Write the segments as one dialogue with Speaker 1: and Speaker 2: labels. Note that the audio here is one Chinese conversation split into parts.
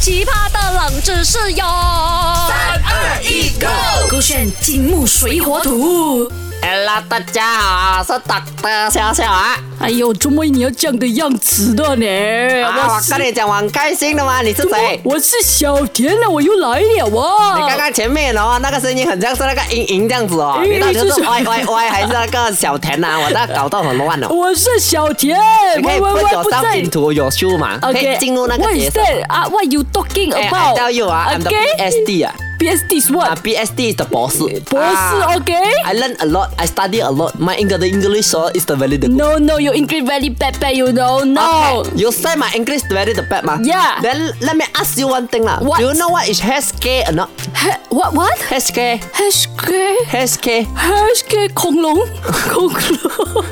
Speaker 1: 奇葩的冷知识哟！三
Speaker 2: 二一，Go！
Speaker 1: 勾选金木水火土。
Speaker 2: Hello，大家好，我是 Dr. 笑笑啊。
Speaker 1: 哎呦，周末你要这样的样子的呢？
Speaker 2: 啊，我跟你讲，我很开心的嘛。你是谁？
Speaker 1: 我是小田啊，我又来了哦。
Speaker 2: 你刚刚前面哦，那个声音很像是那个莹莹这样子哦，
Speaker 1: 哎
Speaker 2: 你到底
Speaker 1: 是
Speaker 2: 是
Speaker 1: 小
Speaker 2: 歪歪歪还是那个小田啊？我那搞到很乱哦。
Speaker 1: 我是小田，
Speaker 2: 你可以
Speaker 1: 喂喂
Speaker 2: put
Speaker 1: 喂，不
Speaker 2: yourself
Speaker 1: 在。
Speaker 2: into your shoe 嘛，可以进入那个
Speaker 1: what
Speaker 2: 角
Speaker 1: is
Speaker 2: 色。
Speaker 1: that? 啊、what you talking
Speaker 2: 哎，I
Speaker 1: about?
Speaker 2: tell you 啊，I'm the
Speaker 1: okay?
Speaker 2: BSD 啊，
Speaker 1: BSD is
Speaker 2: 啊
Speaker 1: what?
Speaker 2: ，BSD is the 博士。
Speaker 1: 博士
Speaker 2: 啊
Speaker 1: ，OK?
Speaker 2: I learn a lot, I study a lot. My English English oh, is the very good.
Speaker 1: No, no, your English very bad, bad, you know. No.
Speaker 2: Okay, you say my English very the bad, ma.
Speaker 1: Yeah.
Speaker 2: Then let me ask you one thing, lah.
Speaker 1: What?
Speaker 2: Do you know what is hash K or not?
Speaker 1: He- What, what?
Speaker 2: Hash K,
Speaker 1: Hash K,
Speaker 2: hash K,
Speaker 1: Hash K 恐 龙，恐龙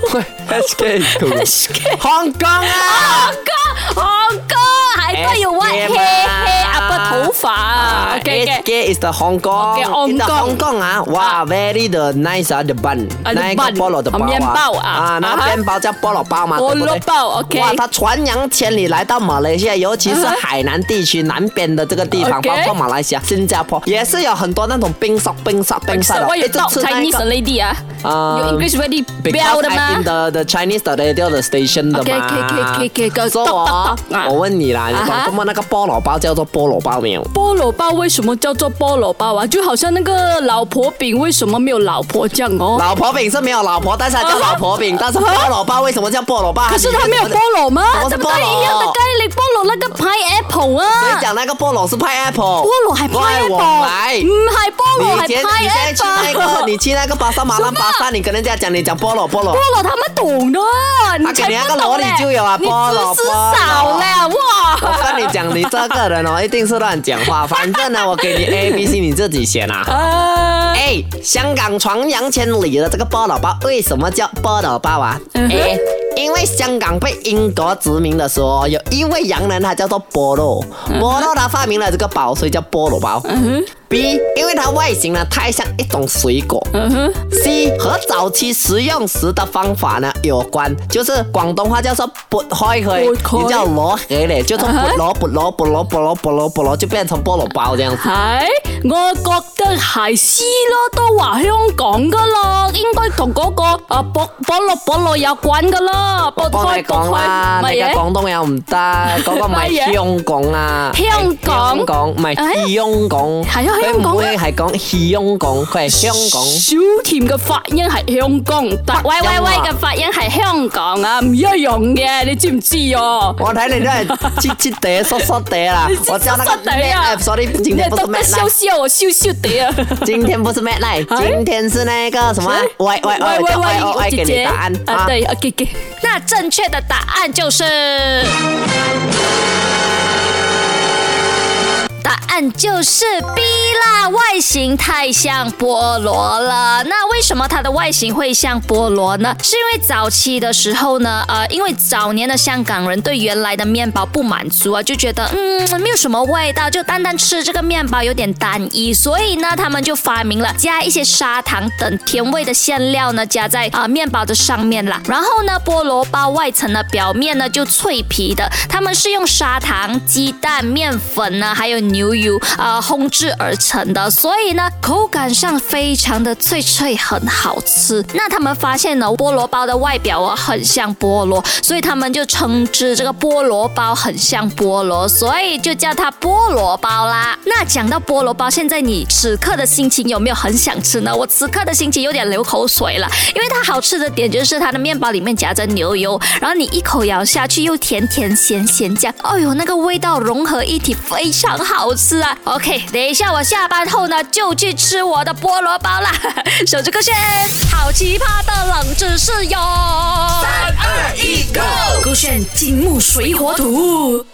Speaker 2: hash K.
Speaker 1: ，Hash K。
Speaker 2: Hong Kong ah! 啊
Speaker 1: 红哥，红哥，还怪有
Speaker 2: SK
Speaker 1: 我黑黑啊，不头发
Speaker 2: 啊
Speaker 1: ，OK
Speaker 2: Hash
Speaker 1: OK。
Speaker 2: K is the Hong Kong.
Speaker 1: Uh, Okay, Hong
Speaker 2: In the
Speaker 1: Kong.
Speaker 2: Hong Kong 啊，
Speaker 1: 啊
Speaker 2: 哇，very the nice 啊，the bun，
Speaker 1: the
Speaker 2: 那一个
Speaker 1: bun，
Speaker 2: 菠萝的
Speaker 1: 啊
Speaker 2: 包啊，
Speaker 1: 面包啊
Speaker 2: 啊，那
Speaker 1: 啊哈
Speaker 2: 个面包叫菠萝包嘛，对不
Speaker 1: 菠萝
Speaker 2: 对
Speaker 1: 包，OK
Speaker 2: 哇，它传扬千里来到马来西亚，尤其是
Speaker 1: 啊哈
Speaker 2: 海南地区南边的这个地方，
Speaker 1: OK
Speaker 2: 包括马来西亚、新加坡，也是有很多那种冰沙、冰沙、冰沙的，
Speaker 1: 我有
Speaker 2: 一直
Speaker 1: 到
Speaker 2: 吃那
Speaker 1: Chinese
Speaker 2: 个。
Speaker 1: lady 啊，
Speaker 2: 啊
Speaker 1: 有 English very bad
Speaker 2: Because
Speaker 1: 的
Speaker 2: I in
Speaker 1: 吗？
Speaker 2: the the Chinese 的 radio 的 station 的
Speaker 1: OK，
Speaker 2: 嘛。
Speaker 1: 可以可以可以可以
Speaker 2: 所以
Speaker 1: 懂
Speaker 2: 我
Speaker 1: 懂懂啊
Speaker 2: 我问你啦，你
Speaker 1: 啊
Speaker 2: 懂
Speaker 1: 哈
Speaker 2: 不懂那个菠萝包叫做菠萝包没有？
Speaker 1: 菠萝包为什么叫做菠萝包啊？就好像那个老婆饼为什么没有老婆酱哦？
Speaker 2: 老婆饼是没有老婆，但是它
Speaker 1: 啊
Speaker 2: 叫
Speaker 1: 哈
Speaker 2: 老婆饼。但是菠萝包为什么叫菠萝包？
Speaker 1: 可是它没有菠萝吗？
Speaker 2: 什么
Speaker 1: 对
Speaker 2: 是
Speaker 1: 不
Speaker 2: 菠
Speaker 1: 对？
Speaker 2: 萝
Speaker 1: 一样的概念，菠萝那个 pineapple
Speaker 2: 所以
Speaker 1: 啊，
Speaker 2: 讲那个菠萝是 pineapple，
Speaker 1: 菠萝系
Speaker 2: 怪
Speaker 1: pineapple，
Speaker 2: 我来。
Speaker 1: 唔系菠
Speaker 2: 你
Speaker 1: 萝系
Speaker 2: 先，你先去那个，
Speaker 1: pineapple
Speaker 2: 你。去那个巴沙马兰巴沙，你跟人家讲，你讲菠萝菠萝
Speaker 1: 菠。萝他们懂的，你才不懂嘞
Speaker 2: 他给你那个萝莉就有啊
Speaker 1: 你
Speaker 2: 菠萝
Speaker 1: 知识少嘞，
Speaker 2: 我
Speaker 1: 哇！
Speaker 2: 跟你讲，你这个人哦，一定是乱讲话。反正呢，我给你 A、B、C，你自己选啊。
Speaker 1: 啊，
Speaker 2: 哎，香港传扬千里的这个菠萝包为什么叫菠萝包啊？
Speaker 1: 嗯哼
Speaker 2: 哎，因为香港被英国殖民的时候，有一位洋人他叫做波洛，波洛他发明了这个包，所以叫菠萝包。
Speaker 1: 嗯
Speaker 2: B，因为它外形呢太像一种水果。
Speaker 1: 嗯哼，
Speaker 2: C 和早期食用时的方法呢有关，就是广东话叫做拨开开，
Speaker 1: 拨开嗯
Speaker 2: 你叫罗黑嘞，就是拨罗拨罗拨罗拨罗拨罗拨罗，就变成菠萝包这样子。
Speaker 1: 系，我覺得係師咯，都話香港噶咯，應該同嗰個啊菠菠蘿菠蘿有關噶咯，
Speaker 2: 我
Speaker 1: 剝
Speaker 2: 幫
Speaker 1: 開
Speaker 2: 你講
Speaker 1: 剝
Speaker 2: 啦
Speaker 1: 開，，
Speaker 2: 你嘅
Speaker 1: 嘢。
Speaker 2: 廣東又 唔得，嗰個唔
Speaker 1: 乜嘢
Speaker 2: 係香港啊，
Speaker 1: 香港
Speaker 2: 香港唔係
Speaker 1: 哎
Speaker 2: 香港，
Speaker 1: 係啊香港啊
Speaker 2: 佢唔會係講香港，佢係香港。
Speaker 1: 小甜嘅發音係香港，但
Speaker 2: 北
Speaker 1: 喂
Speaker 2: 音
Speaker 1: 喂
Speaker 2: 啊
Speaker 1: 喂嘅發音係香港啊，唔一樣嘅，你知唔知哦？
Speaker 2: 我睇你 都係黐黐地、縮縮地啦，我叫那個
Speaker 1: 縮縮地啊
Speaker 2: Mad Life，sorry，
Speaker 1: 你
Speaker 2: 今天不是
Speaker 1: 懂得
Speaker 2: Mad
Speaker 1: 笑
Speaker 2: Life，
Speaker 1: 笑，我笑笑地啊！
Speaker 2: 今天不是 Mad Life，
Speaker 1: 哎
Speaker 2: 今天是那個什麼
Speaker 1: 哎？
Speaker 2: 喂喂喂，我叫喂喂喂，
Speaker 1: 姐
Speaker 2: 給
Speaker 1: 姐
Speaker 2: 你答案
Speaker 1: 啊！对，OK OK。那正确的答案就是。答案就是 B 啦，外形太像菠萝了。那为什么它的外形会像菠萝呢？是因为早期的时候呢，呃，因为早年的香港人对原来的面包不满足啊，就觉得嗯没有什么味道，就单单吃这个面包有点单一，所以呢，他们就发明了加一些砂糖等甜味的馅料呢，加在啊、呃面包的上面啦。然后呢，菠萝包外层呢表面呢就脆皮的，他们是用砂糖、鸡蛋、面粉呢，还有牛油啊、呃烘制而成的，所以呢，口感上非常的脆脆，很好吃。那他们发现呢，菠萝包的外表啊很像菠萝，所以他们就称之这个菠萝包很像菠萝，所以就叫它菠萝包啦。那讲到菠萝包，现在你此刻的心情有没有很想吃呢？我此刻的心情有点流口水了，因为它好吃的点就是它的面包里面夹着牛油，然后你一口咬下去又甜甜咸咸酱，哎呦，那个味道融合一体，非常好吃啊！OK，等一下我下班后呢就去吃我的菠萝包啦， 守着歌炫，好奇葩的冷知识哟！
Speaker 2: 二一 go。
Speaker 1: 勾选金木水火土。